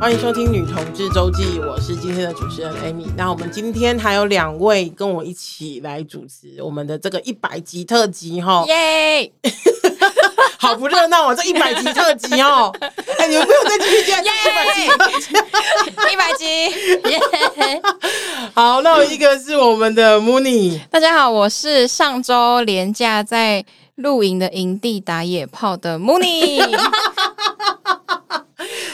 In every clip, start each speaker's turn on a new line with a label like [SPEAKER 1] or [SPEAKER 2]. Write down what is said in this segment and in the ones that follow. [SPEAKER 1] 欢迎收听《女同志周记》，我是今天的主持人 Amy。那我们今天还有两位跟我一起来主持我们的这个一百集特辑 哈，
[SPEAKER 2] 耶！
[SPEAKER 1] 好不热闹哦，这一百集特辑 哦，哎，你们不用再继续讲一百集特辑。
[SPEAKER 2] 一百 集，耶！
[SPEAKER 1] 好，那一个是我们的 Mooney，
[SPEAKER 2] 大家好，我是上周廉假在露营的营地打野炮的 Mooney。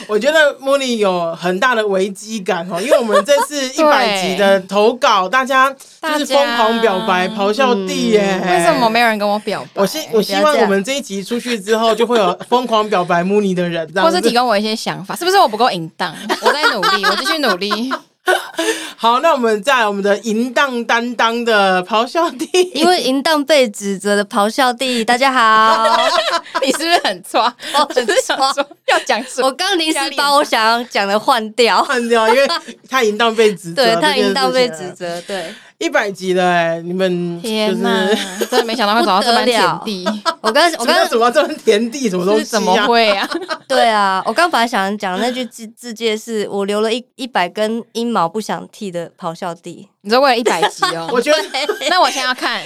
[SPEAKER 1] 我觉得 Mooney 有很大的危机感哦，因为我们这 次一百集的投稿，大家就是疯狂表白、
[SPEAKER 2] 大家嗯
[SPEAKER 1] 咆哮帝耶，
[SPEAKER 2] 为什么？没有人跟我表白？
[SPEAKER 1] 我希我希望我们这一集出去之后，就会有疯狂表白 Mooney 的人，这
[SPEAKER 2] 或
[SPEAKER 1] 样
[SPEAKER 2] 是
[SPEAKER 1] 子
[SPEAKER 2] 提供我一些想法，是不是我不够淫荡？我在努力，我继续努 力，
[SPEAKER 1] 好，那我们在我们的淫荡担当的咆哮帝，
[SPEAKER 3] 因为淫荡被指责的咆哮帝，大家好，
[SPEAKER 2] 你是不是很错？我只是想说要讲什
[SPEAKER 3] 我
[SPEAKER 2] 么？
[SPEAKER 3] 刚临时把我想要讲的换 掉，
[SPEAKER 1] 换掉，因为他淫荡被指责，
[SPEAKER 3] 对他淫荡被指责，对
[SPEAKER 1] 啊一百集了、哎，你们就是
[SPEAKER 2] 天哪，真的没想到会走到这般田地，
[SPEAKER 3] 我刚我
[SPEAKER 1] 我刚
[SPEAKER 3] 刚
[SPEAKER 1] 怎么这么田地，什么东西、
[SPEAKER 2] 是
[SPEAKER 1] 啊？
[SPEAKER 2] 怎么会啊？
[SPEAKER 3] 对啊，我刚本来想讲那句字字界是我留了一一百根阴毛不想剃的咆哮帝，
[SPEAKER 2] 你说为了一百集哦
[SPEAKER 1] 我？觉得
[SPEAKER 2] 那我先要看，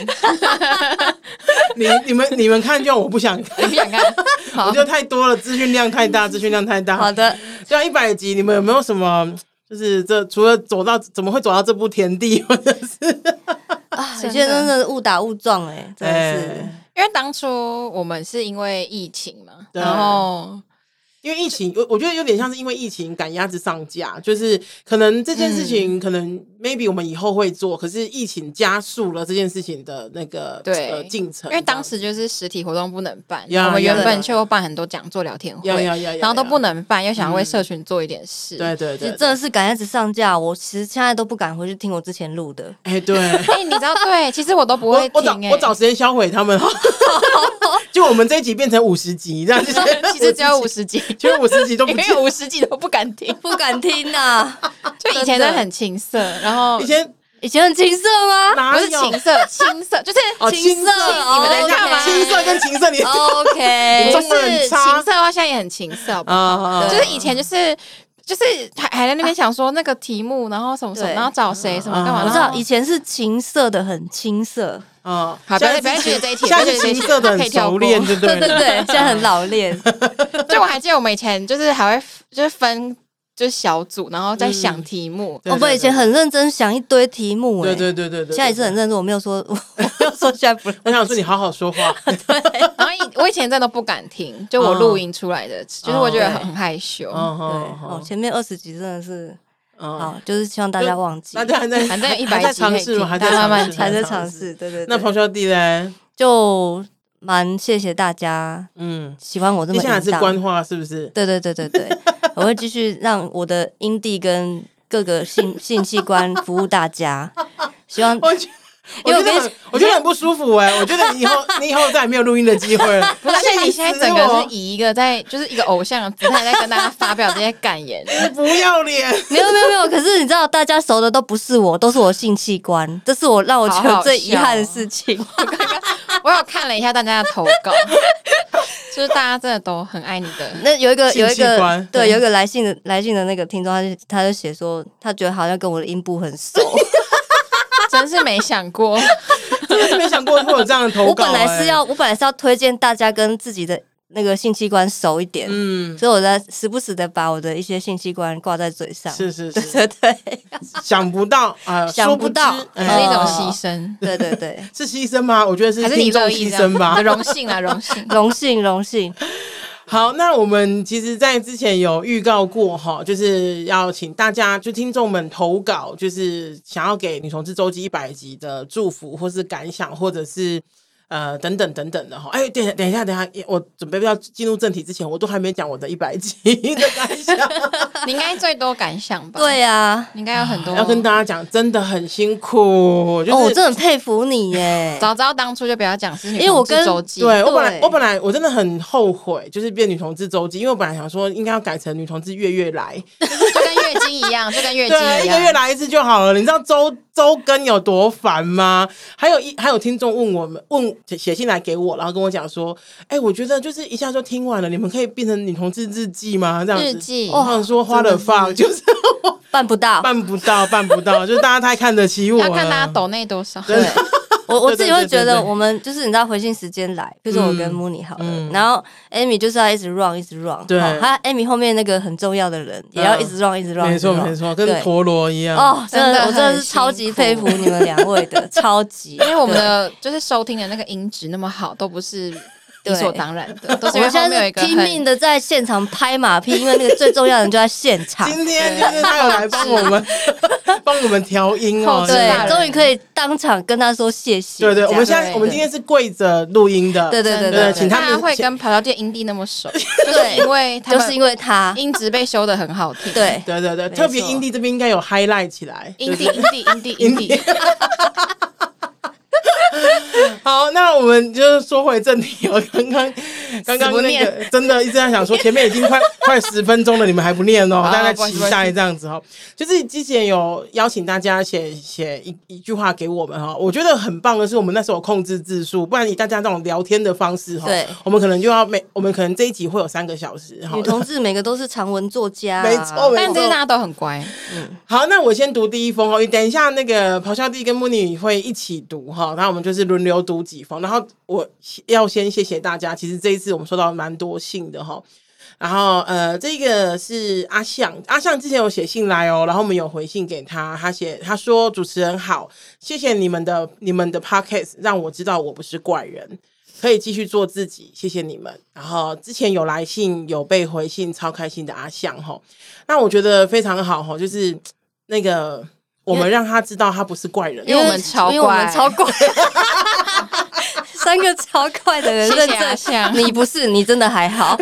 [SPEAKER 1] 你 你们你们看就好我不想看，
[SPEAKER 2] 你不想 看？好
[SPEAKER 1] 我觉，得太多了，资讯量太大，资讯量太大。
[SPEAKER 3] 好，的，
[SPEAKER 1] 这样一百集，你们有没有什么？就是这除了走到怎么会走到这步田地，或者是
[SPEAKER 3] 啊，
[SPEAKER 2] 真的
[SPEAKER 3] 有些真的是误打误撞哎，真的是
[SPEAKER 1] 哎
[SPEAKER 2] 因为当初我们是因为疫情嘛，
[SPEAKER 1] 对
[SPEAKER 2] 然后
[SPEAKER 1] 因为疫情，我我觉得有点像是因为疫情赶鸭子上架，就是可能这件事
[SPEAKER 2] 嗯
[SPEAKER 1] 情，可能 maybe 我们以后会做，可是疫情加速了这件事情的那个
[SPEAKER 2] 对
[SPEAKER 1] 呃进程，
[SPEAKER 2] 因为当时就是实体活动不能办，
[SPEAKER 1] 呀
[SPEAKER 2] 我们原
[SPEAKER 3] 呀
[SPEAKER 2] 本
[SPEAKER 3] 呀
[SPEAKER 2] 就有办很多讲座、聊天会
[SPEAKER 1] 呀呀呀呀
[SPEAKER 2] 然后都
[SPEAKER 1] 呀嗯
[SPEAKER 2] 不能办，又想为社群做一点事。
[SPEAKER 1] 对对
[SPEAKER 3] 其
[SPEAKER 1] 对，
[SPEAKER 3] 实真的是赶鸭子上架，我其实现在都不敢回去听我之前录的，
[SPEAKER 1] 哎对，
[SPEAKER 2] 哎、你知道， 对，其实 我都不
[SPEAKER 1] 我
[SPEAKER 2] 会
[SPEAKER 1] 我找
[SPEAKER 2] 听、哎，
[SPEAKER 1] 我找时间销毁他们， 就我们这一集变成五十集，这样就是
[SPEAKER 2] 哎 其实只有五十集，
[SPEAKER 1] 其实五十集都不
[SPEAKER 2] 因
[SPEAKER 1] 见
[SPEAKER 2] 为。五十集都不敢 听，
[SPEAKER 3] 不敢听呐，
[SPEAKER 2] 就以前
[SPEAKER 3] 真的
[SPEAKER 2] 真的很青涩，然后
[SPEAKER 1] 以前
[SPEAKER 3] 以前很青涩吗
[SPEAKER 1] 哪
[SPEAKER 2] 不是
[SPEAKER 1] 有？
[SPEAKER 2] 青涩，青涩就是
[SPEAKER 1] 哦，
[SPEAKER 3] 青
[SPEAKER 1] 青
[SPEAKER 3] 涩
[SPEAKER 1] 色，
[SPEAKER 3] 哦
[SPEAKER 2] 你们在干嘛哦
[SPEAKER 1] 青涩跟情色，你
[SPEAKER 3] ？OK，
[SPEAKER 1] 中
[SPEAKER 2] 不
[SPEAKER 1] 文很
[SPEAKER 2] 是青
[SPEAKER 1] 差
[SPEAKER 2] 涩的话，现在也很青涩，好不好
[SPEAKER 1] 啊
[SPEAKER 2] 就是以前就是就是还还在那边想说那个题目，然后什么什么，
[SPEAKER 3] 对嗯
[SPEAKER 2] 然后找谁什么干嘛，
[SPEAKER 1] 啊
[SPEAKER 3] 我知
[SPEAKER 2] 然
[SPEAKER 3] 道
[SPEAKER 2] 后
[SPEAKER 3] 以前是情色的，很青涩，
[SPEAKER 1] 啊，
[SPEAKER 2] 好不要
[SPEAKER 1] 现在
[SPEAKER 2] 不要
[SPEAKER 1] 是
[SPEAKER 2] 觉得这一题
[SPEAKER 1] 现在
[SPEAKER 2] 不要
[SPEAKER 1] 是
[SPEAKER 2] 觉得这一
[SPEAKER 1] 情
[SPEAKER 2] 题
[SPEAKER 1] 色的
[SPEAKER 2] 可
[SPEAKER 1] 很
[SPEAKER 2] 以跳
[SPEAKER 1] 熟
[SPEAKER 2] 过
[SPEAKER 1] 练，对不
[SPEAKER 3] 对 对
[SPEAKER 1] 对？
[SPEAKER 3] 对，现在很老练，
[SPEAKER 2] 就我还记得我们以前就是还会就是分就是小组，然后再想题目。
[SPEAKER 1] 对
[SPEAKER 3] 我哦们以前很认真想一堆题目、
[SPEAKER 1] 对
[SPEAKER 3] 欸，
[SPEAKER 1] 对对对对，
[SPEAKER 3] 现在也是很认真，我没有说， 我没有说现在 不认
[SPEAKER 1] 我想说你好好说 话，
[SPEAKER 2] 然后以我以前真的不敢听，就我录音出来的，就是我觉得
[SPEAKER 1] 对
[SPEAKER 2] 很害羞。
[SPEAKER 1] 嗯
[SPEAKER 3] 对，
[SPEAKER 1] 哼
[SPEAKER 3] 哦，前面二十集真的是，
[SPEAKER 1] 嗯
[SPEAKER 3] 好，就是希望大家忘记
[SPEAKER 1] 大，家还在
[SPEAKER 2] 反正一
[SPEAKER 1] 还
[SPEAKER 2] 百
[SPEAKER 1] 在
[SPEAKER 2] 集可
[SPEAKER 1] 尝
[SPEAKER 2] 以
[SPEAKER 1] 试
[SPEAKER 2] 听，
[SPEAKER 1] 吗？还
[SPEAKER 2] 大
[SPEAKER 1] 在
[SPEAKER 2] 家
[SPEAKER 1] 尝试
[SPEAKER 2] 慢慢
[SPEAKER 3] 还
[SPEAKER 2] 听。
[SPEAKER 3] 在尝试，对对
[SPEAKER 1] 那
[SPEAKER 3] 对，
[SPEAKER 1] 咆哮帝嘞，
[SPEAKER 3] 就蛮谢谢大家
[SPEAKER 1] 嗯，
[SPEAKER 3] 喜欢我这
[SPEAKER 1] 接
[SPEAKER 3] 么
[SPEAKER 1] 下来
[SPEAKER 3] 淫
[SPEAKER 1] 是
[SPEAKER 3] 荡，
[SPEAKER 1] 官话是不是？
[SPEAKER 3] 对对对 对对，我会继续让我的阴蒂跟各个性性器官服务 大家，希望
[SPEAKER 1] 我觉我
[SPEAKER 3] 因为
[SPEAKER 1] 觉得
[SPEAKER 3] 我跟你
[SPEAKER 1] 很我觉得很不舒服哎，我觉得你以 后你以后再也没有录音的机会了。
[SPEAKER 2] 不是，而且你现在整
[SPEAKER 1] 气死
[SPEAKER 2] 个
[SPEAKER 1] 我
[SPEAKER 2] 是以一个在就是一个偶像的姿态在跟大家发表这些感言，
[SPEAKER 1] 不要脸，
[SPEAKER 3] 没有没有没有，可是你知道，大家熟的都不是我，都是我性器官，这是我让我觉
[SPEAKER 1] 哦
[SPEAKER 2] 好好
[SPEAKER 3] 得最遗
[SPEAKER 2] 笑
[SPEAKER 3] 憾的事情。
[SPEAKER 2] 我有看了一下大家的投稿，就是大家真的都很爱你的。
[SPEAKER 3] 那有一个
[SPEAKER 1] 性
[SPEAKER 3] 有一
[SPEAKER 1] 器官
[SPEAKER 3] 个
[SPEAKER 1] 嗯
[SPEAKER 3] 对有一个来信的来信的那个听众，他就他就写说，他觉得好像跟我的阴部很 熟。
[SPEAKER 2] 真是没想过，
[SPEAKER 1] 真的是没想过会有这样的投
[SPEAKER 3] 我
[SPEAKER 1] 稿。
[SPEAKER 3] 本来是
[SPEAKER 1] 哎
[SPEAKER 3] 要我本来是要推荐大家跟自己的那个性器官熟一点，
[SPEAKER 1] 嗯，
[SPEAKER 3] 所以我在时不时的把我的一些性器官挂在嘴
[SPEAKER 2] 嗯
[SPEAKER 3] 上。
[SPEAKER 1] 是是
[SPEAKER 3] 对
[SPEAKER 1] 是，
[SPEAKER 3] 对对
[SPEAKER 1] 想不到啊，
[SPEAKER 3] 想
[SPEAKER 1] 殊
[SPEAKER 3] 不
[SPEAKER 1] 知
[SPEAKER 3] 到
[SPEAKER 2] 也
[SPEAKER 1] 哎
[SPEAKER 2] 是一种牺牲，
[SPEAKER 3] 对对对，
[SPEAKER 1] 是牺牲吗？我觉得是
[SPEAKER 2] 还是你
[SPEAKER 1] 听众
[SPEAKER 2] 乐意
[SPEAKER 1] 牺
[SPEAKER 2] 这样。
[SPEAKER 1] 牲吧
[SPEAKER 2] 荣幸啊，荣幸。
[SPEAKER 3] 荣幸 荣幸，
[SPEAKER 1] 好，那我们其实，在之前有预告过哈，就是要请大家就听众们投稿，就是想要给《女同志周记》一百集的祝福，或是感想，或者是呃等等等等的哈。哎，等一下等一下，等一下，我准备要进入正题之前，我都还没讲我的一百集 的感想，
[SPEAKER 2] 你应该最多感想吧？，
[SPEAKER 3] 对啊呀、
[SPEAKER 2] 你应该有很多。
[SPEAKER 1] 啊要跟大家讲，真的很辛苦，就是、
[SPEAKER 3] 哦，我真的很佩服你 耶。
[SPEAKER 2] 早知道当初就不要讲是女
[SPEAKER 3] 因为我
[SPEAKER 2] 同志
[SPEAKER 3] 跟
[SPEAKER 2] 周记，
[SPEAKER 1] 对我本来
[SPEAKER 3] 对
[SPEAKER 1] 我本来我真的很后悔，就是变女同志周记，因为我本来想说应该要改成女同志月月来，
[SPEAKER 2] 就跟月经一样，就跟月经
[SPEAKER 1] 对，
[SPEAKER 2] 一
[SPEAKER 1] 一个月
[SPEAKER 2] 样。
[SPEAKER 1] 来一次就好了。你知道周周更有多烦吗？还有一还有听众问我们问写信来给我，然后跟我讲说，哎、我觉得就是一下就听完了，你们可以变成女同志日记吗？这样
[SPEAKER 2] 日
[SPEAKER 1] 子。
[SPEAKER 2] 记
[SPEAKER 1] 我想说花了放，就是
[SPEAKER 3] 办不到。
[SPEAKER 1] 办不到，办不到，就是大家太看得起我了。啊
[SPEAKER 2] 要看大家抖内多少。
[SPEAKER 3] 对， 我我自己会觉
[SPEAKER 1] 对对对
[SPEAKER 3] 得，
[SPEAKER 1] 对
[SPEAKER 3] 我们就是你知道回信时间来，比如说我跟
[SPEAKER 1] 嗯
[SPEAKER 3] Mooney 好了，
[SPEAKER 1] 嗯
[SPEAKER 3] 然后 Amy 就是要一直 run 一直 run，
[SPEAKER 1] 对嗯
[SPEAKER 3] 好他 Amy 后面那个很重要的人也要一直 run 一直 run，
[SPEAKER 1] 没错
[SPEAKER 3] 一直 run
[SPEAKER 1] 没错，跟
[SPEAKER 3] 对
[SPEAKER 1] 陀螺一样。
[SPEAKER 3] 哦，真
[SPEAKER 2] 真的
[SPEAKER 3] 的，我真的
[SPEAKER 2] 很
[SPEAKER 3] 是超
[SPEAKER 2] 辛
[SPEAKER 3] 级
[SPEAKER 2] 苦
[SPEAKER 3] 佩服你们两位的， 超级，因
[SPEAKER 2] 因为我们的就是收听的那个音质那么好，都不是理
[SPEAKER 3] 对
[SPEAKER 2] 所当然的，都是
[SPEAKER 3] 我
[SPEAKER 2] 因为后
[SPEAKER 3] 们现
[SPEAKER 2] 面有
[SPEAKER 3] 在
[SPEAKER 2] 一
[SPEAKER 3] 是
[SPEAKER 2] 个很
[SPEAKER 3] 拼命的在现场拍马屁，因为那个最重要的人就在现 场。
[SPEAKER 1] 今天就是他有来帮我们 帮我们调音哦
[SPEAKER 2] 后，置
[SPEAKER 1] 对
[SPEAKER 2] 大人
[SPEAKER 3] 对，终于可以当场跟他说谢谢。
[SPEAKER 1] 对对，
[SPEAKER 3] 这
[SPEAKER 1] 我
[SPEAKER 3] 样
[SPEAKER 1] 们现在我们今天是跪着录音的，
[SPEAKER 3] 对对对
[SPEAKER 2] 真
[SPEAKER 1] 对
[SPEAKER 2] 的
[SPEAKER 1] 请他
[SPEAKER 2] 大
[SPEAKER 1] 们
[SPEAKER 2] 家会跟跑跳界营地那么熟，就是
[SPEAKER 3] 对
[SPEAKER 2] 因为他
[SPEAKER 3] 就是
[SPEAKER 2] 们
[SPEAKER 3] 因为他，
[SPEAKER 2] 音质被修的很好听。
[SPEAKER 3] 对
[SPEAKER 1] 对对对，
[SPEAKER 3] 错
[SPEAKER 1] 特别音地这边应该有 highlight 起来。
[SPEAKER 2] 营地，营地，营地，营地。
[SPEAKER 1] 好，那我们就说回正题哦，刚刚刚刚那个真的一直在想说，前面已经快快十分钟了，你们还不念哦，
[SPEAKER 2] 好
[SPEAKER 1] 大家
[SPEAKER 2] 不好意
[SPEAKER 1] 期
[SPEAKER 2] 思不好意
[SPEAKER 1] 待这样子哦。就是之前有邀请大家写写一一句话给我们哈、哦，我觉得很棒的是，我们那时候有控制字数，不然以大家这种聊天的方式哈、哦
[SPEAKER 3] 对，
[SPEAKER 1] 我们可能就要每我们可能这一集会有三个小时哈
[SPEAKER 3] 女。同志每个都是长文作家啊，
[SPEAKER 1] 没错，没
[SPEAKER 2] 但这
[SPEAKER 1] 错
[SPEAKER 2] 些大。家都很乖，
[SPEAKER 1] 好，那我先读第一封哦，等一下那个咆哮帝跟木女会一起读哈，然后我们就是轮流读几封，然后我要先谢谢大家，其实这一次我们收到蛮多信的哈。然后，呃，这个是阿象，阿象之前有写信来哦，然后我们有回信给他，他写他说主持人好，谢谢你们的你们的 podcast，让我知道我不是怪人，可以继续做自己，谢谢你们。然后之前有来信有被回信，超开心的阿象吼，那我觉得非常好吼，就是那个我们让他知道他不是怪人，
[SPEAKER 2] 因为我们超
[SPEAKER 3] 因为我们
[SPEAKER 2] 怪
[SPEAKER 3] 超怪， 三个超怪的人
[SPEAKER 2] 谢
[SPEAKER 3] 认
[SPEAKER 2] 谢啊阿
[SPEAKER 3] 证。
[SPEAKER 2] 象。
[SPEAKER 3] 你不是，你真的还好，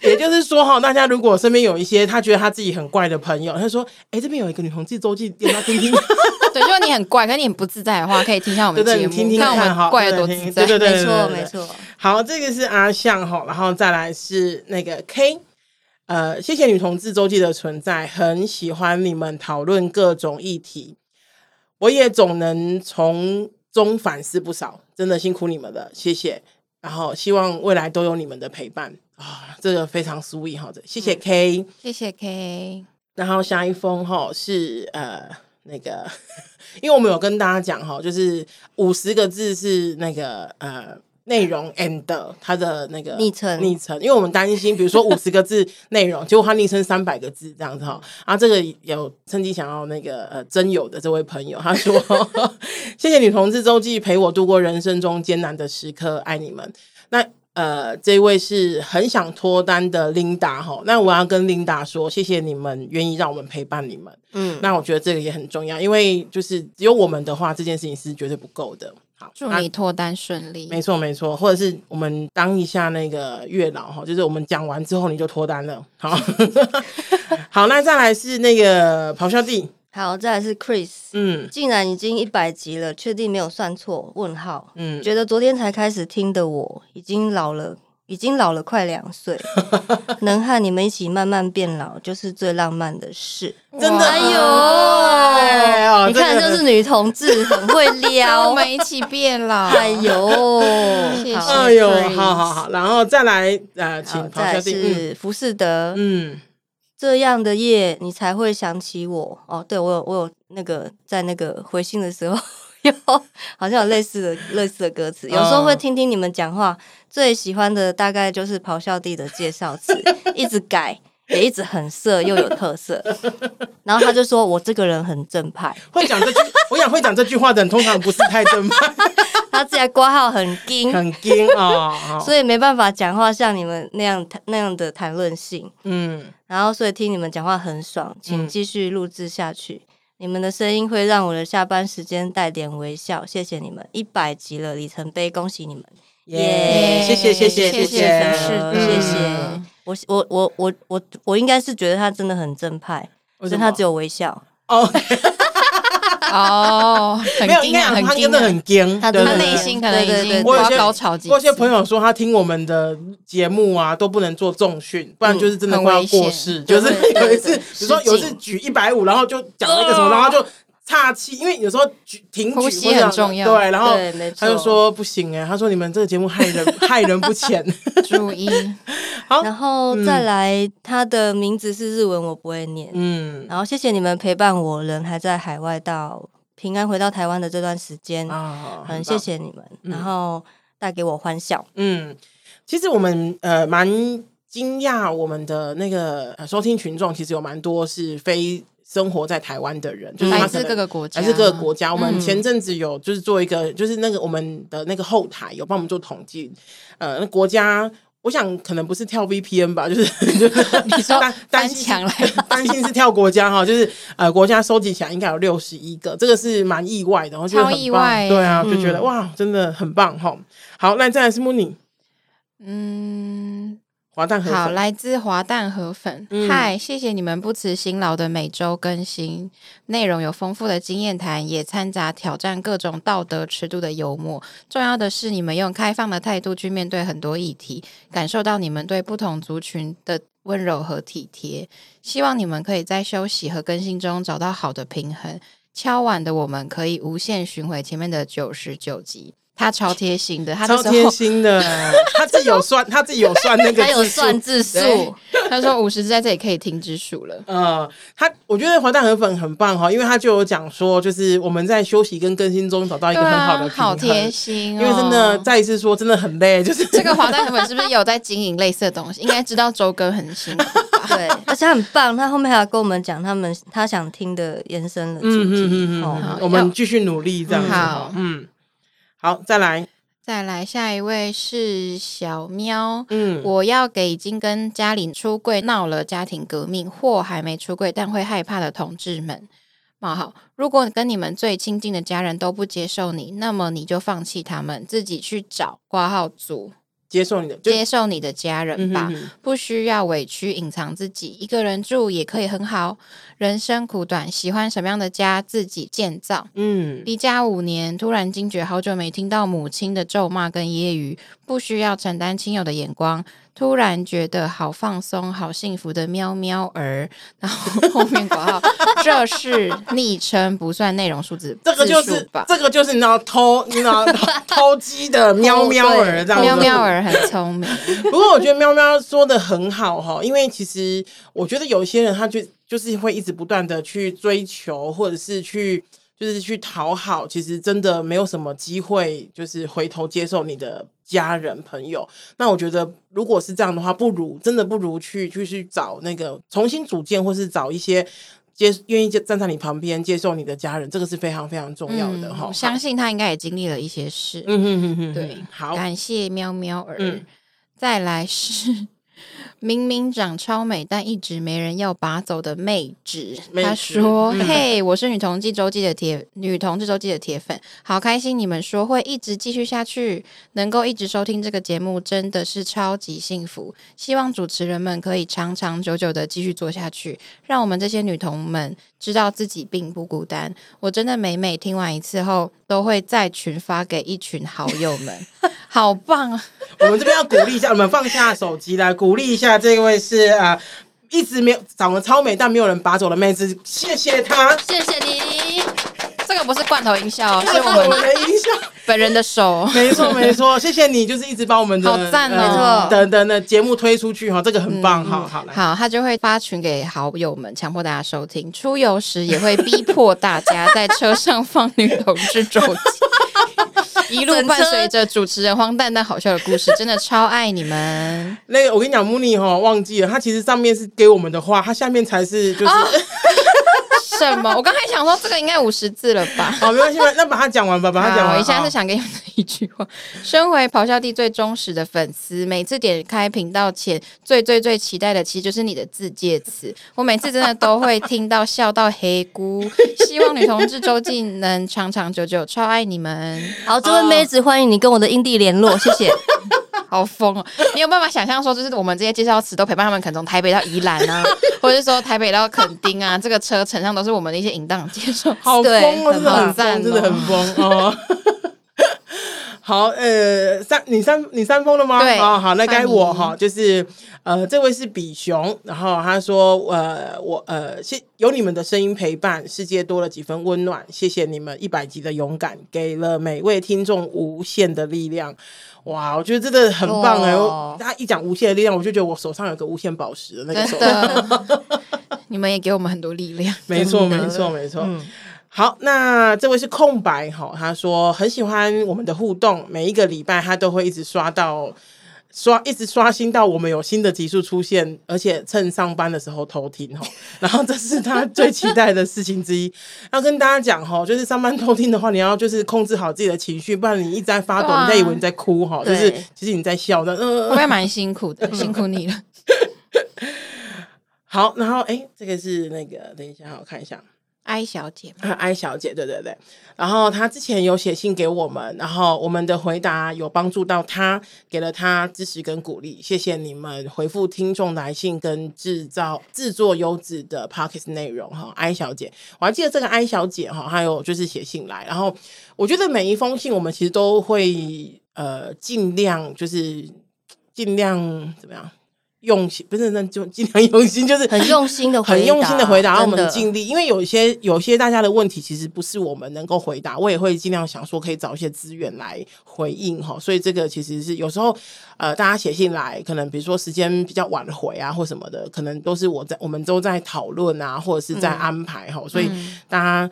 [SPEAKER 1] 也就是说哈，大家如果身边有一些他觉得他自己很怪的朋友，他说：“哎、这边有一个女同志周记，要不要听听？”
[SPEAKER 2] 对，如果你很怪，可是你很不自在的话，可以听一下我们
[SPEAKER 1] 对
[SPEAKER 2] 节
[SPEAKER 1] 对，
[SPEAKER 2] 目，
[SPEAKER 1] 你听听
[SPEAKER 2] 看我
[SPEAKER 1] 哈，
[SPEAKER 2] 们怪的多
[SPEAKER 1] 对
[SPEAKER 2] 自
[SPEAKER 1] 对
[SPEAKER 2] 在。
[SPEAKER 1] 对对对
[SPEAKER 3] 没错
[SPEAKER 1] 对对
[SPEAKER 3] 没错。
[SPEAKER 1] 好，这个是阿象哈，然后再来是那个 K，呃，谢谢女同志周记的存在，很喜欢你们讨论各种议题，我也总能从中反思不少，真的辛苦你们了，谢谢。然后希望未来都有你们的陪伴啊，这个非常 sweet 哈，这
[SPEAKER 2] 嗯
[SPEAKER 1] 谢谢 K。
[SPEAKER 2] 谢谢 K，
[SPEAKER 1] 然后下一封哈是呃那个， 因为我们有跟大家讲哈，就是五十个字是那个呃内容 and 它的那个
[SPEAKER 3] 昵称
[SPEAKER 1] 昵称，因为我们担心，比如说五十个字内容，结果他昵称三百个字这样子哈。啊，这个有趁机想要那个呃真有的这位朋友，他说 谢谢女同志周记陪我度过人生中艰难的时刻，爱你们。那呃，这位是很想脱单的琳达哈，那我要跟琳达说，谢谢你们愿意让我们陪伴你们。嗯
[SPEAKER 3] 嗯，
[SPEAKER 1] 那我觉得这个也很重要，因为就是只有我们的话，这件事情是绝对不够的。好，
[SPEAKER 2] 祝
[SPEAKER 1] 那
[SPEAKER 2] 你脱单顺利。
[SPEAKER 1] 没错没错，或者是我们当一下那个月老哈，就是我们讲完之后你就脱单了。 好，好，那再来是那个咆哮帝，
[SPEAKER 3] 好，再来是 Chris，
[SPEAKER 1] 嗯
[SPEAKER 3] 竟然已经一百集了，确定没有算错？问号，
[SPEAKER 1] 嗯，
[SPEAKER 3] 觉得昨天才开始听的我，已经老了，已经老了快两岁，能和你们一起慢慢变老，就是最浪漫的事。
[SPEAKER 1] 真的，
[SPEAKER 2] 哇
[SPEAKER 3] 哎呦，
[SPEAKER 1] 哎呦
[SPEAKER 3] 你
[SPEAKER 1] 这
[SPEAKER 3] 看，
[SPEAKER 1] 个
[SPEAKER 3] 就是女同志很会
[SPEAKER 2] 让我
[SPEAKER 3] 撩。
[SPEAKER 2] 们一起变老。
[SPEAKER 3] 哎呦，
[SPEAKER 2] 谢
[SPEAKER 3] 好
[SPEAKER 1] 哎呦，
[SPEAKER 2] Freeze
[SPEAKER 1] 好好好，然后再来呃，请
[SPEAKER 3] 好，
[SPEAKER 1] 咆
[SPEAKER 3] 再
[SPEAKER 1] 哮
[SPEAKER 3] 来
[SPEAKER 1] 帝，嗯
[SPEAKER 3] 是浮士德，
[SPEAKER 1] 嗯，
[SPEAKER 3] 这样的夜你才会想起我。哦，对我有我有那个在那个回信的时候 有好像有类似的类似的歌词，有时候
[SPEAKER 1] 嗯
[SPEAKER 3] 会听听你们讲话，最喜欢的大概就是咆哮帝的介绍词，一直改。也一直很色又有特色，然后他就说我这个人很正派，
[SPEAKER 1] 会讲这句，我想会讲这句话的人通常不是太正 派，
[SPEAKER 3] 他自己挂号很硬，
[SPEAKER 1] 很硬啊，哦
[SPEAKER 3] 所以没办法讲话像你们那样那样的谈论性。
[SPEAKER 1] 嗯，
[SPEAKER 3] 然后所以听你们讲话很爽，请继续录制下去。你们的声音会让我的下班时间带点微笑，谢谢你们，一百集了，里程碑，恭喜你们！
[SPEAKER 1] 耶，
[SPEAKER 3] 耶
[SPEAKER 1] 谢谢谢谢
[SPEAKER 2] 谢
[SPEAKER 1] 谢，
[SPEAKER 2] 谢是的
[SPEAKER 1] 嗯
[SPEAKER 3] 谢谢。我我我我我我应该是觉得他真的很正派，
[SPEAKER 1] 为
[SPEAKER 3] 所
[SPEAKER 1] 什
[SPEAKER 3] 以
[SPEAKER 1] 么
[SPEAKER 3] 他只有微笑，
[SPEAKER 1] 哦，
[SPEAKER 2] 哦，很
[SPEAKER 1] 没有，应
[SPEAKER 2] 硬
[SPEAKER 1] 该
[SPEAKER 2] 啊，
[SPEAKER 1] 讲他
[SPEAKER 2] 很
[SPEAKER 1] 真
[SPEAKER 2] 硬
[SPEAKER 1] 的
[SPEAKER 2] 啊。
[SPEAKER 1] 很硬，
[SPEAKER 3] 他
[SPEAKER 1] 对
[SPEAKER 3] 真
[SPEAKER 2] 他
[SPEAKER 3] 的
[SPEAKER 1] 对
[SPEAKER 2] 内
[SPEAKER 1] 对
[SPEAKER 2] 心可能已
[SPEAKER 3] 对对
[SPEAKER 2] 经
[SPEAKER 3] 对
[SPEAKER 1] 我有
[SPEAKER 2] 要
[SPEAKER 1] 些
[SPEAKER 2] 高潮几
[SPEAKER 1] 我有些
[SPEAKER 2] 次。
[SPEAKER 1] 朋友说，他听我们的节目啊，都不能做重训，不然就是真的
[SPEAKER 2] 嗯
[SPEAKER 1] 快要
[SPEAKER 2] 很危
[SPEAKER 1] 过
[SPEAKER 2] 险
[SPEAKER 1] 世。就
[SPEAKER 3] 对
[SPEAKER 1] 是
[SPEAKER 3] 对 对
[SPEAKER 1] 有一次，
[SPEAKER 3] 对
[SPEAKER 1] 比如说有一次
[SPEAKER 3] 失禁
[SPEAKER 1] 举一百五，然后就讲了一个什么，然后就岔气，因为有时候举停
[SPEAKER 2] 呼
[SPEAKER 1] 举
[SPEAKER 2] 吸
[SPEAKER 1] 或者
[SPEAKER 2] 很重要
[SPEAKER 1] 对，然后
[SPEAKER 3] 对没
[SPEAKER 1] 他就
[SPEAKER 3] 错
[SPEAKER 1] 说不行哎、他说你们这个节目害人 害人不浅，
[SPEAKER 2] 注 意，
[SPEAKER 1] 嗯
[SPEAKER 3] 然后再来，他的名字是日文，我不会念。
[SPEAKER 1] 嗯
[SPEAKER 3] 然后谢谢你们陪伴我，人还在海外到平安回到台湾的这段时间，
[SPEAKER 2] 哦
[SPEAKER 1] 啊，
[SPEAKER 3] 嗯，
[SPEAKER 1] 很
[SPEAKER 3] 谢
[SPEAKER 1] 棒
[SPEAKER 3] 谢你们，
[SPEAKER 1] 嗯
[SPEAKER 3] 然后带给我欢笑。
[SPEAKER 1] 嗯，其实我们呃蛮惊讶，我们的那个呃收听群众其实有蛮多是非生活在台湾的人，就是
[SPEAKER 2] 嗯来
[SPEAKER 1] 他可
[SPEAKER 2] 自
[SPEAKER 1] 能
[SPEAKER 2] 各个国家，
[SPEAKER 1] 还是各个国家。我们
[SPEAKER 2] 嗯
[SPEAKER 1] 前阵子有就是做一个，就是那个我们的那个后台有帮我们做统计，呃，那国家。我想可能不是跳 VPN 吧，就是 就是
[SPEAKER 2] 你说
[SPEAKER 1] 担担
[SPEAKER 2] 翻
[SPEAKER 1] 心
[SPEAKER 2] 墙来
[SPEAKER 1] 担心是跳国家哈，就是呃国家收集起来应该有六十一个，这个是蛮意外的，然后觉得
[SPEAKER 2] 超
[SPEAKER 1] 很
[SPEAKER 2] 意
[SPEAKER 1] 棒
[SPEAKER 2] 外
[SPEAKER 1] 对啊，就觉得、
[SPEAKER 3] 嗯
[SPEAKER 1] 哇，真的很棒哈。好，那再来是穆尼
[SPEAKER 2] 嗯，
[SPEAKER 1] 滑蛋河粉
[SPEAKER 2] 好，来自华蛋河粉
[SPEAKER 1] 嗯，
[SPEAKER 2] 嗨、谢谢你们不辞辛劳的每周更新，内容有丰富的经验谈，也掺杂挑战各种道德尺度的幽默。重要的是，你们用开放的态度去面对很多议题，感受到你们对不同族群的温柔和体贴。希望你们可以在休息和更新中找到好的平衡。敲碗的我们可以无限巡回前面的九十九集，他超贴心的，他那
[SPEAKER 1] 超
[SPEAKER 2] 时
[SPEAKER 1] 贴
[SPEAKER 2] 候
[SPEAKER 1] 心的，他自己有算，他自己有算那个
[SPEAKER 3] 他有
[SPEAKER 1] 字数
[SPEAKER 3] 算字数，？
[SPEAKER 2] 对， 他说五十在这里可以停止数了。
[SPEAKER 1] 呃，他我觉得华蛋河粉很棒哈，因为他就有讲说，就是我们在休息跟更新中找到一个
[SPEAKER 2] 对
[SPEAKER 1] 很
[SPEAKER 2] 啊
[SPEAKER 1] 好的平衡，
[SPEAKER 2] 好贴心、哦，
[SPEAKER 1] 因为真的再一次说，真的很 嗯累，就是
[SPEAKER 2] 这个华蛋粉是不是有在经营类似的东西？应 该知道周哥很辛苦吧
[SPEAKER 3] 对，而且他很棒，他后面还有跟我们讲他们他想听的延伸的主
[SPEAKER 1] 嗯
[SPEAKER 3] 题。
[SPEAKER 1] 嗯嗯
[SPEAKER 3] 哦
[SPEAKER 1] 嗯，
[SPEAKER 2] 好
[SPEAKER 1] 我们继续努力这样子，
[SPEAKER 2] 嗯好
[SPEAKER 1] 嗯，好，再来，
[SPEAKER 2] 再来下一位是小喵。
[SPEAKER 1] 嗯，
[SPEAKER 2] 我要给已经跟家里出柜闹了家庭革命或还没出柜但会害怕的同志们。冒号，如果跟你们最亲近的家人都不接受你，那么你就放弃他们，自己去找挂号组
[SPEAKER 1] 接受你的，就
[SPEAKER 2] 接受你的家人
[SPEAKER 1] 嗯
[SPEAKER 2] 吧。
[SPEAKER 1] 哼哼
[SPEAKER 2] 不需要委屈隐藏自己，一个人住也可以很好。人生苦短，喜欢什么样的家自己建造。
[SPEAKER 1] 嗯，
[SPEAKER 2] 离家五年，突然惊觉好久没听到母亲的咒骂跟揶揄，不需要承担亲友的眼光，突然觉得好放松、好幸福的喵喵儿。然后后面括号，这是昵称，不算内容数字，
[SPEAKER 1] 这个就
[SPEAKER 2] 字
[SPEAKER 1] 是
[SPEAKER 2] 数吧。
[SPEAKER 1] 这个就是你知道偷你知道偷 鸡的喵哦喵儿 这样子，
[SPEAKER 2] 喵喵儿很聪明，
[SPEAKER 1] 不过我觉得喵喵说的很好哈，因为其实我觉得有些人他就就是会一直不断的去追求，或者是去就是去讨好，其实真的没有什么机会，就是回头接受你的家人朋友。那我觉得如果是这样的话，不如真的不如去去去找那个重新组建，或是找一些。接愿意站在你旁边接受你的家人，这个是非常非常重要的
[SPEAKER 2] 嗯
[SPEAKER 1] 哈。
[SPEAKER 2] 我相信他应该也经历了一些事。
[SPEAKER 1] 嗯哼哼哼，
[SPEAKER 2] 对，
[SPEAKER 1] 好，
[SPEAKER 2] 感谢喵喵儿。
[SPEAKER 1] 嗯
[SPEAKER 2] 再来是明明长超美，但一直没人要拔走的妹纸。
[SPEAKER 1] 妹
[SPEAKER 2] 她
[SPEAKER 1] 纸
[SPEAKER 2] 说：“
[SPEAKER 1] 嗯
[SPEAKER 2] 嘿，我是女同志周记的铁女同志周记的铁粉，好开心你们说会一直继续下去，能够一直收听这个节目，真的是超级幸福。希望主持人们可以长长久久的继续做下去，让我们这些女同们知道自己并不孤单。我真的每每听完一次后，都会再群发给一群好友 们，好棒啊！
[SPEAKER 1] 我们这边要鼓励一下，我们放下手机来鼓励一下这位是啊、呃一直没有长得超美但没有人拔走的妹子，谢谢她。
[SPEAKER 3] 谢谢你，
[SPEAKER 2] 这个不是罐头音效 哦，
[SPEAKER 1] 谢谢
[SPEAKER 2] 是
[SPEAKER 1] 我们
[SPEAKER 2] 我们
[SPEAKER 1] 的音效，
[SPEAKER 2] 本人的手。
[SPEAKER 1] 没错没错，谢谢你，就是一直把我们的
[SPEAKER 2] 好赞哦嗯
[SPEAKER 1] 呃等等的节目推出去哈，这个很棒，好好来，
[SPEAKER 2] 好，他就会发群给好友们，强迫大家收听。出游时也会逼迫大家在车上放女同志周记，一路伴随着主持人荒诞但好笑的故事，真的超爱你们。
[SPEAKER 1] 那个我跟你讲，穆尼哈忘记了，他其实上面是给我们的话，他下面才是就是
[SPEAKER 2] 哦什么？我刚才想说这个应该五十字了吧？
[SPEAKER 1] 好，没关系，那把它讲完吧，把它讲
[SPEAKER 2] 好，
[SPEAKER 1] 完。
[SPEAKER 2] 以下
[SPEAKER 1] 好
[SPEAKER 2] 是想给你们的一句话： 身为咆哮帝最忠实的粉丝，每次点开频道前，最最最期待的其实就是你的自介词。我每次真的都会听到笑到黑咕。希望女同志周记能长长久久，超爱你们，
[SPEAKER 3] 好，这位妹子，欢迎你跟我的印地联 络，谢谢。
[SPEAKER 2] 好疯哦！你有办法想象说，就是我们这些介绍词都陪伴他们，可能从台北到宜兰啊，或者是说台北到垦丁啊，这个车程上都是我们的一些淫荡介绍。
[SPEAKER 1] 好
[SPEAKER 3] 对
[SPEAKER 1] 疯哦，真的
[SPEAKER 3] 很
[SPEAKER 1] 很疯，
[SPEAKER 2] 赞
[SPEAKER 1] 真的
[SPEAKER 2] 哦
[SPEAKER 1] 很疯哦。好，呃，三你三你三封了吗？哦
[SPEAKER 2] 对
[SPEAKER 1] 好好，那该
[SPEAKER 2] 换
[SPEAKER 1] 我
[SPEAKER 2] 你
[SPEAKER 1] 哈，就是呃，这位是比熊，然后他说，呃，我呃，谢有你们的声音陪伴，世界多了几分温暖，谢谢你们一百集的勇敢，给了每位听众无限的力量。哇，我觉得真的很棒哎、
[SPEAKER 3] 哦
[SPEAKER 1] 他一讲无限的力量，我就觉得我手上有个无限宝石的那个手
[SPEAKER 2] 真
[SPEAKER 1] 上。
[SPEAKER 2] 的，你们也给我们很多力量。
[SPEAKER 1] 没错，
[SPEAKER 2] 真的
[SPEAKER 1] 没错，没错。
[SPEAKER 3] 嗯
[SPEAKER 1] 好，那这位是空白哈，他说很喜欢我们的互动，每一个礼拜他都会一直刷到刷，一直刷新到我们有新的集数出现，而且趁上班的时候偷听哈。 然后这是他最期待的事情之一。 要跟大家讲哈，就是上班偷听的话，你要就是控制好自己的情绪，不然你一直在发抖，
[SPEAKER 2] 对啊
[SPEAKER 1] 人家以为你在哭哈，就
[SPEAKER 3] 对
[SPEAKER 1] 是其实你在笑的。嗯、
[SPEAKER 2] 我
[SPEAKER 1] 呃，
[SPEAKER 2] 也蛮辛苦的，辛苦你了。
[SPEAKER 1] 好，然后哎，这个是那个，等一下我看一下。
[SPEAKER 2] 艾小姐，
[SPEAKER 1] 啊，艾小姐，对对对。然后她之前有写信给我们，然后我们的回答有帮助到她，给了她支持跟鼓励。谢谢你们回复听众来信跟制造制作优质的 p o c k e t 内容哈。艾小姐，我还记得这个艾小姐哈，还有就是写信来，然后我觉得每一封信我们其实都会呃尽量就是尽量怎么样用心，不是那就尽量用心，就是
[SPEAKER 3] 很用心的，
[SPEAKER 1] 很用心的回答，让我
[SPEAKER 3] 真
[SPEAKER 1] 们
[SPEAKER 3] 的
[SPEAKER 1] 尽力，因为有一些有一些大家的问题其实不是我们能够回答，我也会尽量想说可以找一些资源来回应哈，所以这个其实是有时候呃大家写信来，可能比如说时间比较晚回啊或什么的，可能都是我在我们都在讨论啊，或者是在安排哈，所以大家。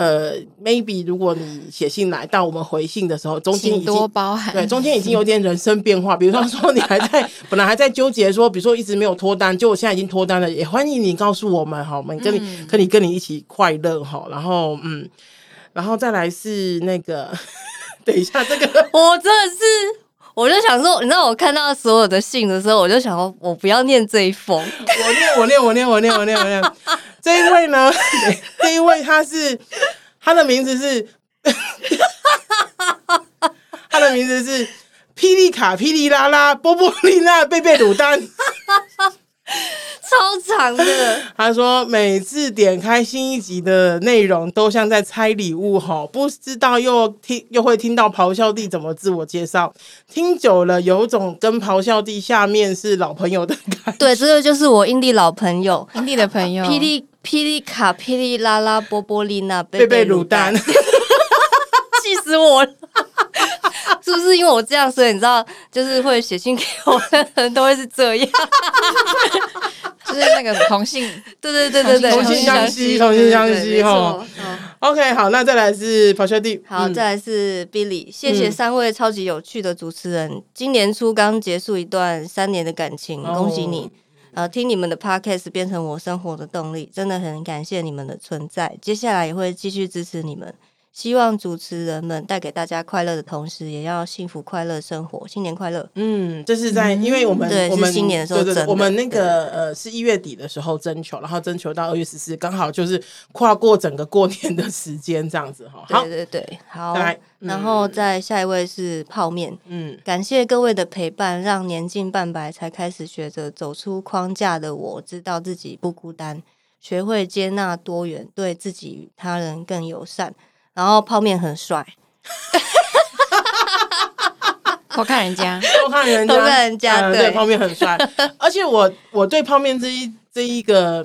[SPEAKER 1] 呃，maybe 如果你写信来到我们回信的时候，中间已经
[SPEAKER 2] 请多包涵。
[SPEAKER 1] 对，中间已经有点人生变化，比如说你还在本来还在纠结说，比如说一直没有脱单，就我现在已经脱单了，也欢迎你告诉我们哈，我们跟你、跟你跟你一起快乐哈，然后嗯，然后再来是那个， 等一下这个
[SPEAKER 3] 我真的是，我就想说，你知道我看到所有的信的时候，我就想说，我不要念这一封，
[SPEAKER 1] 我念我念我念我念我念我念，这一位呢， 这一位他是他的名字是， 他的名字是霹雳卡霹雳拉拉波波丽娜贝贝鲁丹。
[SPEAKER 3] 超长的，
[SPEAKER 1] 他说每次点开新一集的内容，都像在拆礼物哈，不知道又听又会听到咆哮帝怎么自我介绍，听久了有种跟咆哮帝下面是老朋友的 感觉。
[SPEAKER 3] 对，这个就是我印地老朋友，
[SPEAKER 2] 营地的朋
[SPEAKER 1] 哎
[SPEAKER 2] 友，
[SPEAKER 3] 霹雳霹雳卡霹雳拉拉波波丽娜贝
[SPEAKER 1] 贝贝
[SPEAKER 3] 鲁
[SPEAKER 1] 卤蛋，
[SPEAKER 3] 气死我了！ 是不是因为我这样，所以你知道，就是会写信给我的人都会是这样？
[SPEAKER 2] 就是那个同性，
[SPEAKER 3] 对对对对对，
[SPEAKER 2] 同性相
[SPEAKER 1] 吸同性相吸
[SPEAKER 3] 对对对
[SPEAKER 1] 吼
[SPEAKER 3] 没错嗯
[SPEAKER 1] OK，好，那再来是咆哮帝。
[SPEAKER 3] 好，
[SPEAKER 1] 嗯
[SPEAKER 3] 再来是 Billy，谢谢
[SPEAKER 1] 嗯
[SPEAKER 3] 三位超级有趣的主持人。今年初刚结束一段三年的感情，
[SPEAKER 1] 哦
[SPEAKER 3] 恭喜你！呃，听你们的 podcast 变成我生活的动力，真的很感谢你们的存在。接下来也会继续支持你们，希望主持人们带给大家快乐的同时，也要幸福快乐生活。新年快乐！
[SPEAKER 1] 嗯，这是在，因为我们
[SPEAKER 3] 对是
[SPEAKER 1] 我们
[SPEAKER 3] 新年的时候
[SPEAKER 1] 对对
[SPEAKER 3] 征
[SPEAKER 1] 对，
[SPEAKER 3] 的
[SPEAKER 1] 我们那个呃是一月底的时候征求，然后征求到二月十四，刚好就是跨过整个过年的时间这样子哈。好
[SPEAKER 3] 对，对对，好
[SPEAKER 1] 再来。嗯
[SPEAKER 3] 然后再下一位是泡面，
[SPEAKER 1] 嗯，
[SPEAKER 3] 感谢各位的陪伴，让年近半百才开始学着走出框架的我，知道自己不孤单，学会接纳多元，对自己与他人更友善。然后泡面很帅，
[SPEAKER 2] 偷看人 家，
[SPEAKER 1] 偷看人家，
[SPEAKER 3] 偷看人家
[SPEAKER 1] 呃
[SPEAKER 3] 对
[SPEAKER 1] 对泡面很帅。 而且我我对泡面这一这一个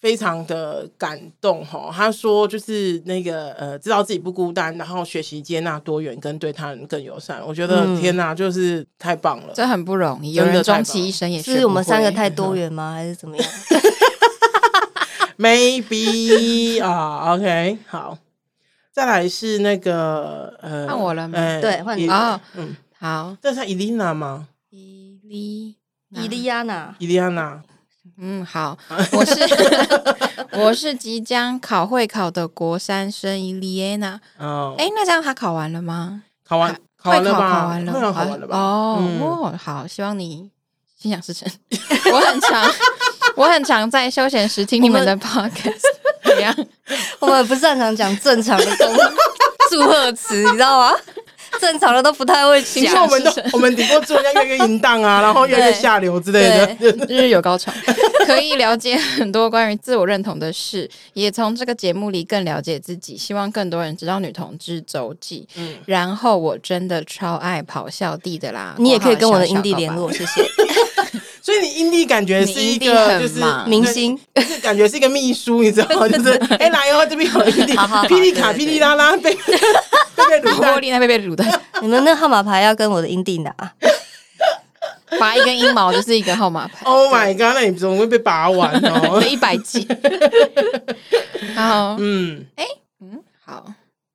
[SPEAKER 1] 非常的感动哈。他说就是那个呃，知道自己不孤单，然后学习接纳多元，跟对他人更友善。我觉得、
[SPEAKER 3] 嗯
[SPEAKER 1] 天哪，就是太棒了。
[SPEAKER 2] 这很不容易。有
[SPEAKER 1] 真的太
[SPEAKER 2] 人终
[SPEAKER 1] 棒
[SPEAKER 2] 其一生也学
[SPEAKER 3] 是我们
[SPEAKER 2] 不会
[SPEAKER 3] 三个 太多元吗？还是怎么样？
[SPEAKER 1] Maybe 啊，OK，好。再来是那个呃，
[SPEAKER 2] 换我了吗
[SPEAKER 1] 哎
[SPEAKER 3] 对换你
[SPEAKER 1] 伊
[SPEAKER 2] 哦。
[SPEAKER 1] 嗯，
[SPEAKER 2] 好，
[SPEAKER 1] 这是伊丽娜吗？
[SPEAKER 2] 伊丽，
[SPEAKER 3] 伊利亚 娜，
[SPEAKER 1] 伊丽安娜，
[SPEAKER 2] 嗯，好，我是我是即将考会考的国三生伊丽耶娜。
[SPEAKER 1] 哦，
[SPEAKER 2] 哎，那这样她考完了吗？
[SPEAKER 1] 考完考
[SPEAKER 2] 会
[SPEAKER 1] 完了
[SPEAKER 2] 考
[SPEAKER 1] 吧？
[SPEAKER 2] 考完了，
[SPEAKER 1] 会考考完了吧？
[SPEAKER 2] 哦、
[SPEAKER 1] 嗯
[SPEAKER 2] 哦，好，希望你心想事成。 我很常，我很常在休闲时听你们的 podcast，怎么样？
[SPEAKER 3] 我们不擅长讲正常的中祝贺词，你知道吗？正常的都不太会
[SPEAKER 1] 其实
[SPEAKER 3] 讲
[SPEAKER 1] 我。们都我们顶多祝人家月月淫荡 啊，然后月月
[SPEAKER 3] 对
[SPEAKER 1] 下流之类的。
[SPEAKER 2] 日日有高潮， 可以了解很多关于自我认同的事，也从这个节目里更了解自己。希望更多人知道女同志周记。
[SPEAKER 1] 嗯
[SPEAKER 2] 然后我真的超爱跑校地的啦，
[SPEAKER 3] 你也可以跟我的
[SPEAKER 2] 括号
[SPEAKER 3] 英
[SPEAKER 2] 小
[SPEAKER 3] 弟
[SPEAKER 2] 小
[SPEAKER 3] 联
[SPEAKER 2] 宝
[SPEAKER 3] 络，谢谢。
[SPEAKER 1] 所以你阴蒂感觉
[SPEAKER 2] 你
[SPEAKER 1] 是一
[SPEAKER 2] 阴蒂很
[SPEAKER 1] 个就是
[SPEAKER 2] 忙
[SPEAKER 3] 明星，
[SPEAKER 1] 就是感觉是一个秘书，你知道吗？ 就是哎、来哦，这边有阴蒂，
[SPEAKER 3] 好 好好
[SPEAKER 1] 霹雳卡
[SPEAKER 3] 对对
[SPEAKER 1] 霹
[SPEAKER 3] 对
[SPEAKER 1] 雳啦啦 被被被
[SPEAKER 2] 宝。
[SPEAKER 1] 卤
[SPEAKER 2] 玻
[SPEAKER 1] 蛋。
[SPEAKER 2] 璃那边被 卤的，
[SPEAKER 3] 你们那号码牌要跟我的英弟拿，
[SPEAKER 2] 拔一根阴毛就是一个号码牌，
[SPEAKER 1] Oh my god！那你怎么会被拔完 哦？
[SPEAKER 2] 一百 集。好，
[SPEAKER 1] 嗯，
[SPEAKER 3] 哎
[SPEAKER 2] 嗯，好，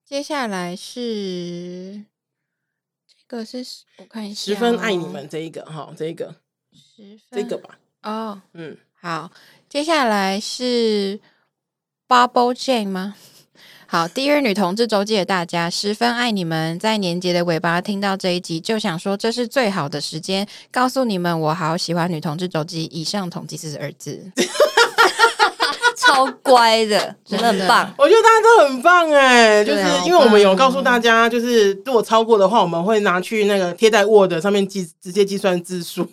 [SPEAKER 2] 接下来是这个是我看一下、哦
[SPEAKER 1] 十分爱你，们这一个哈，这一个
[SPEAKER 2] 十
[SPEAKER 1] 这
[SPEAKER 2] 分
[SPEAKER 1] 个吧，
[SPEAKER 2] 哦，
[SPEAKER 1] 嗯，
[SPEAKER 2] 好，接下来是 Bubble Jane 吗？好，第一日女同志周记的大家十分爱你们，在年节的尾巴听到这一集，就想说这是最好的时间，告诉你们我好喜欢女同志周记。以上统计四十二字，
[SPEAKER 3] 超乖的，
[SPEAKER 2] 真
[SPEAKER 3] 真
[SPEAKER 2] 的
[SPEAKER 3] 的很棒。
[SPEAKER 1] 我觉得大家都很棒哎，就是
[SPEAKER 3] 对啊嗯
[SPEAKER 1] 因为我们有告诉大家，就是如果超过的话，我们会拿去那个贴在 Word 上面计直接计算字数，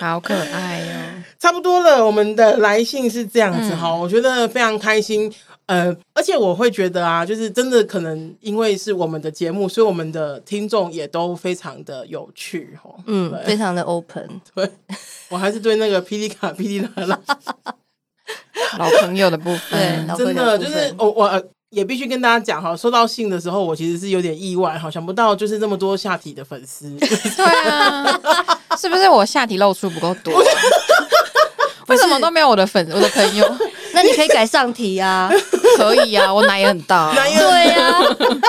[SPEAKER 2] 好可爱哦！
[SPEAKER 1] 差不多了。我们的来信是这样子
[SPEAKER 2] 嗯
[SPEAKER 1] 哈，我觉得非常开心。呃，而且我会觉得啊，就是真的可能因为是我们的节目，所以我们的听众也都非常的有趣哦。
[SPEAKER 3] 嗯，
[SPEAKER 1] 对
[SPEAKER 3] 非常的 open，
[SPEAKER 1] 对，我还是对那个霹雳卡霹雳啦啦
[SPEAKER 2] 老朋友的部分，
[SPEAKER 3] 对老
[SPEAKER 1] 真
[SPEAKER 3] 朋友
[SPEAKER 1] 的
[SPEAKER 3] 部
[SPEAKER 1] 就是
[SPEAKER 3] 分
[SPEAKER 1] 我我呃也必须跟大家讲哈，收到信的时候，我其实是有点意外哈，想不到就是这么多下体的粉 丝。
[SPEAKER 2] 对啊，是不是我下体露出不够多？啊为什么都没有我的粉，我的朋友？
[SPEAKER 3] 那你可以改上 题啊，
[SPEAKER 2] 可以啊，我奶也很大、
[SPEAKER 1] 男友
[SPEAKER 3] 对呀、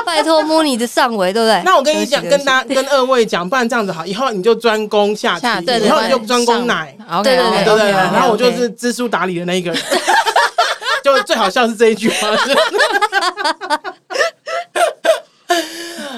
[SPEAKER 3] 拜托摸你的上围，对不对？
[SPEAKER 1] 那我跟你讲，
[SPEAKER 3] 对不
[SPEAKER 1] 跟
[SPEAKER 3] 起对
[SPEAKER 1] 大跟二位讲，不然这样子好，以后你就专攻下体，
[SPEAKER 2] 下
[SPEAKER 3] 对
[SPEAKER 1] 以
[SPEAKER 3] 对
[SPEAKER 1] 后你就
[SPEAKER 3] 对
[SPEAKER 1] 专攻奶，
[SPEAKER 2] OK，
[SPEAKER 3] 对对
[SPEAKER 1] 对
[SPEAKER 3] 对
[SPEAKER 1] 对对。
[SPEAKER 3] OK，OK，OK
[SPEAKER 1] 然后我就是知书达理的那一个人，就最好笑是这一句话。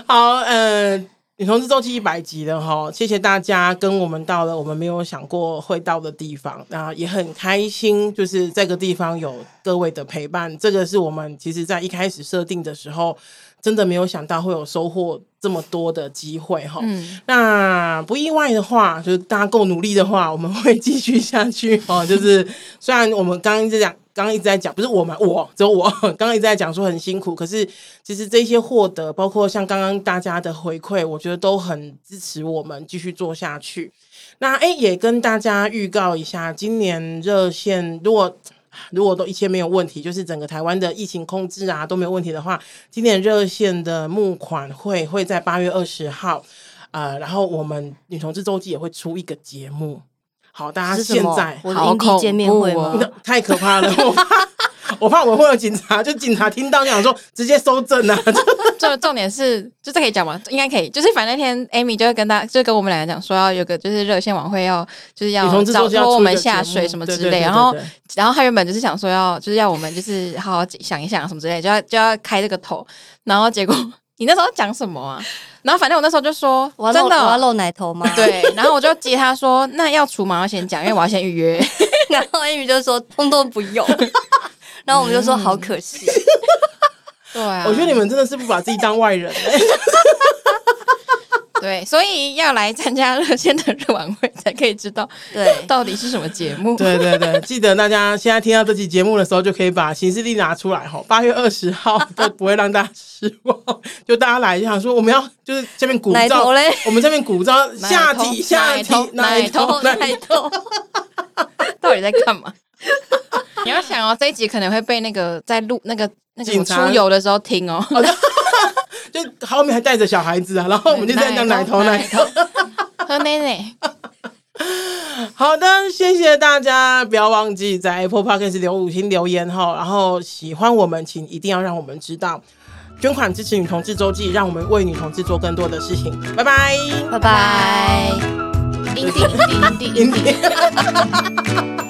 [SPEAKER 1] 好，呃。女同志周期一百集了哈，谢谢大家跟我们到了我们没有想过会到的地方，那也很开心，就是这个地方有各位的陪伴，这个是我们其实在一开始设定的时候，真的没有想到会有收获这么多的机会哈。
[SPEAKER 2] 嗯
[SPEAKER 1] 那不意外的话，就是大家够努力的话，我们会继续下去哦。 就是虽然我们刚刚一直讲，刚刚一直在讲，不是我们，我只有我，刚刚一直在讲说很辛苦，可是其实这些获得，包括像刚刚大家的回馈，我觉得都很支持我们继续做下去。那哎，也跟大家预告一下，今年热线如果如果都一切没有问题，就是整个台湾的疫情控制啊都没有问题的话，今年热线的募款会会在八月二十号，呃，然后我们女同志周记也会出一个节目。好，大家
[SPEAKER 3] 是
[SPEAKER 1] 现
[SPEAKER 3] 什么
[SPEAKER 1] 在
[SPEAKER 3] 我的英弟见面会
[SPEAKER 2] 好恐怖
[SPEAKER 3] 吗
[SPEAKER 2] 哦？
[SPEAKER 1] 太可怕了，我怕 我怕我会有警察，就警察听到就想说直接搜证啊，
[SPEAKER 2] 就重点是，就这可以讲吗？应该可以。就是反正那天 Amy 就会跟大，就跟我们两个讲说，要有个就是热线晚会要，就是
[SPEAKER 1] 女
[SPEAKER 2] 要
[SPEAKER 1] 同志
[SPEAKER 2] 找
[SPEAKER 1] 周记要
[SPEAKER 2] 拖我
[SPEAKER 1] 出一
[SPEAKER 2] 们
[SPEAKER 1] 个
[SPEAKER 2] 下
[SPEAKER 1] 节
[SPEAKER 2] 水
[SPEAKER 1] 目
[SPEAKER 2] 什么
[SPEAKER 1] 对
[SPEAKER 2] 之
[SPEAKER 1] 对
[SPEAKER 2] 类。
[SPEAKER 1] 对
[SPEAKER 2] 然
[SPEAKER 1] 对
[SPEAKER 2] 后
[SPEAKER 1] 对，
[SPEAKER 2] 然后他原本就是想说要，就是要我们就是好好想一想什么之类，就要就要开这个头。然后结果你那时候讲什么啊？然后反正我那时候就说
[SPEAKER 3] 我要，露
[SPEAKER 2] 真
[SPEAKER 1] 啊
[SPEAKER 3] 我
[SPEAKER 2] 的。
[SPEAKER 3] 要露奶 头吗？
[SPEAKER 2] 对，然后我就接他说，那要除毛要先讲，因为我要先预 约。
[SPEAKER 3] 然后英语就说通通不 用，然后我们就说好可惜，
[SPEAKER 2] 对啊，
[SPEAKER 1] 我觉得你们真的是不把自己当外人、欸，
[SPEAKER 2] 对，所以要来参加热线的日晚会才可以知道
[SPEAKER 3] 对
[SPEAKER 2] 到底是什么节目。
[SPEAKER 1] 对对对，记得大家现在听到这期节目的时候，就可以把行事历拿出来哈。八月二十号 就不会让大家失望，就大家来就想说我们要就是这边鼓
[SPEAKER 3] 奶
[SPEAKER 1] 噪
[SPEAKER 3] 头，嘞，
[SPEAKER 1] 我们这边鼓噪
[SPEAKER 2] 奶头
[SPEAKER 1] 下体下
[SPEAKER 2] 奶
[SPEAKER 1] 体
[SPEAKER 2] 头奶头
[SPEAKER 1] 奶
[SPEAKER 3] 奶头，
[SPEAKER 2] 到底在干嘛？ 你要想哦，这一集可能会被那个在录那个那个什
[SPEAKER 1] 警
[SPEAKER 2] 么
[SPEAKER 1] 察
[SPEAKER 2] 出游的时候听哦。
[SPEAKER 1] 就后面还带着小孩子啊，然后我们就在讲奶头奶头。
[SPEAKER 2] 头， 喝奶 奶，
[SPEAKER 1] 好的，谢谢大家，不要忘记在 Apple Podcast 留五星留言哈。然后喜欢我们，请一定要让我们知道，捐款支持女同志周记，让我们为女同志做更多的事情。拜拜。
[SPEAKER 3] 拜拜。
[SPEAKER 2] 叮叮叮叮
[SPEAKER 1] 音
[SPEAKER 2] 叮。
[SPEAKER 1] 频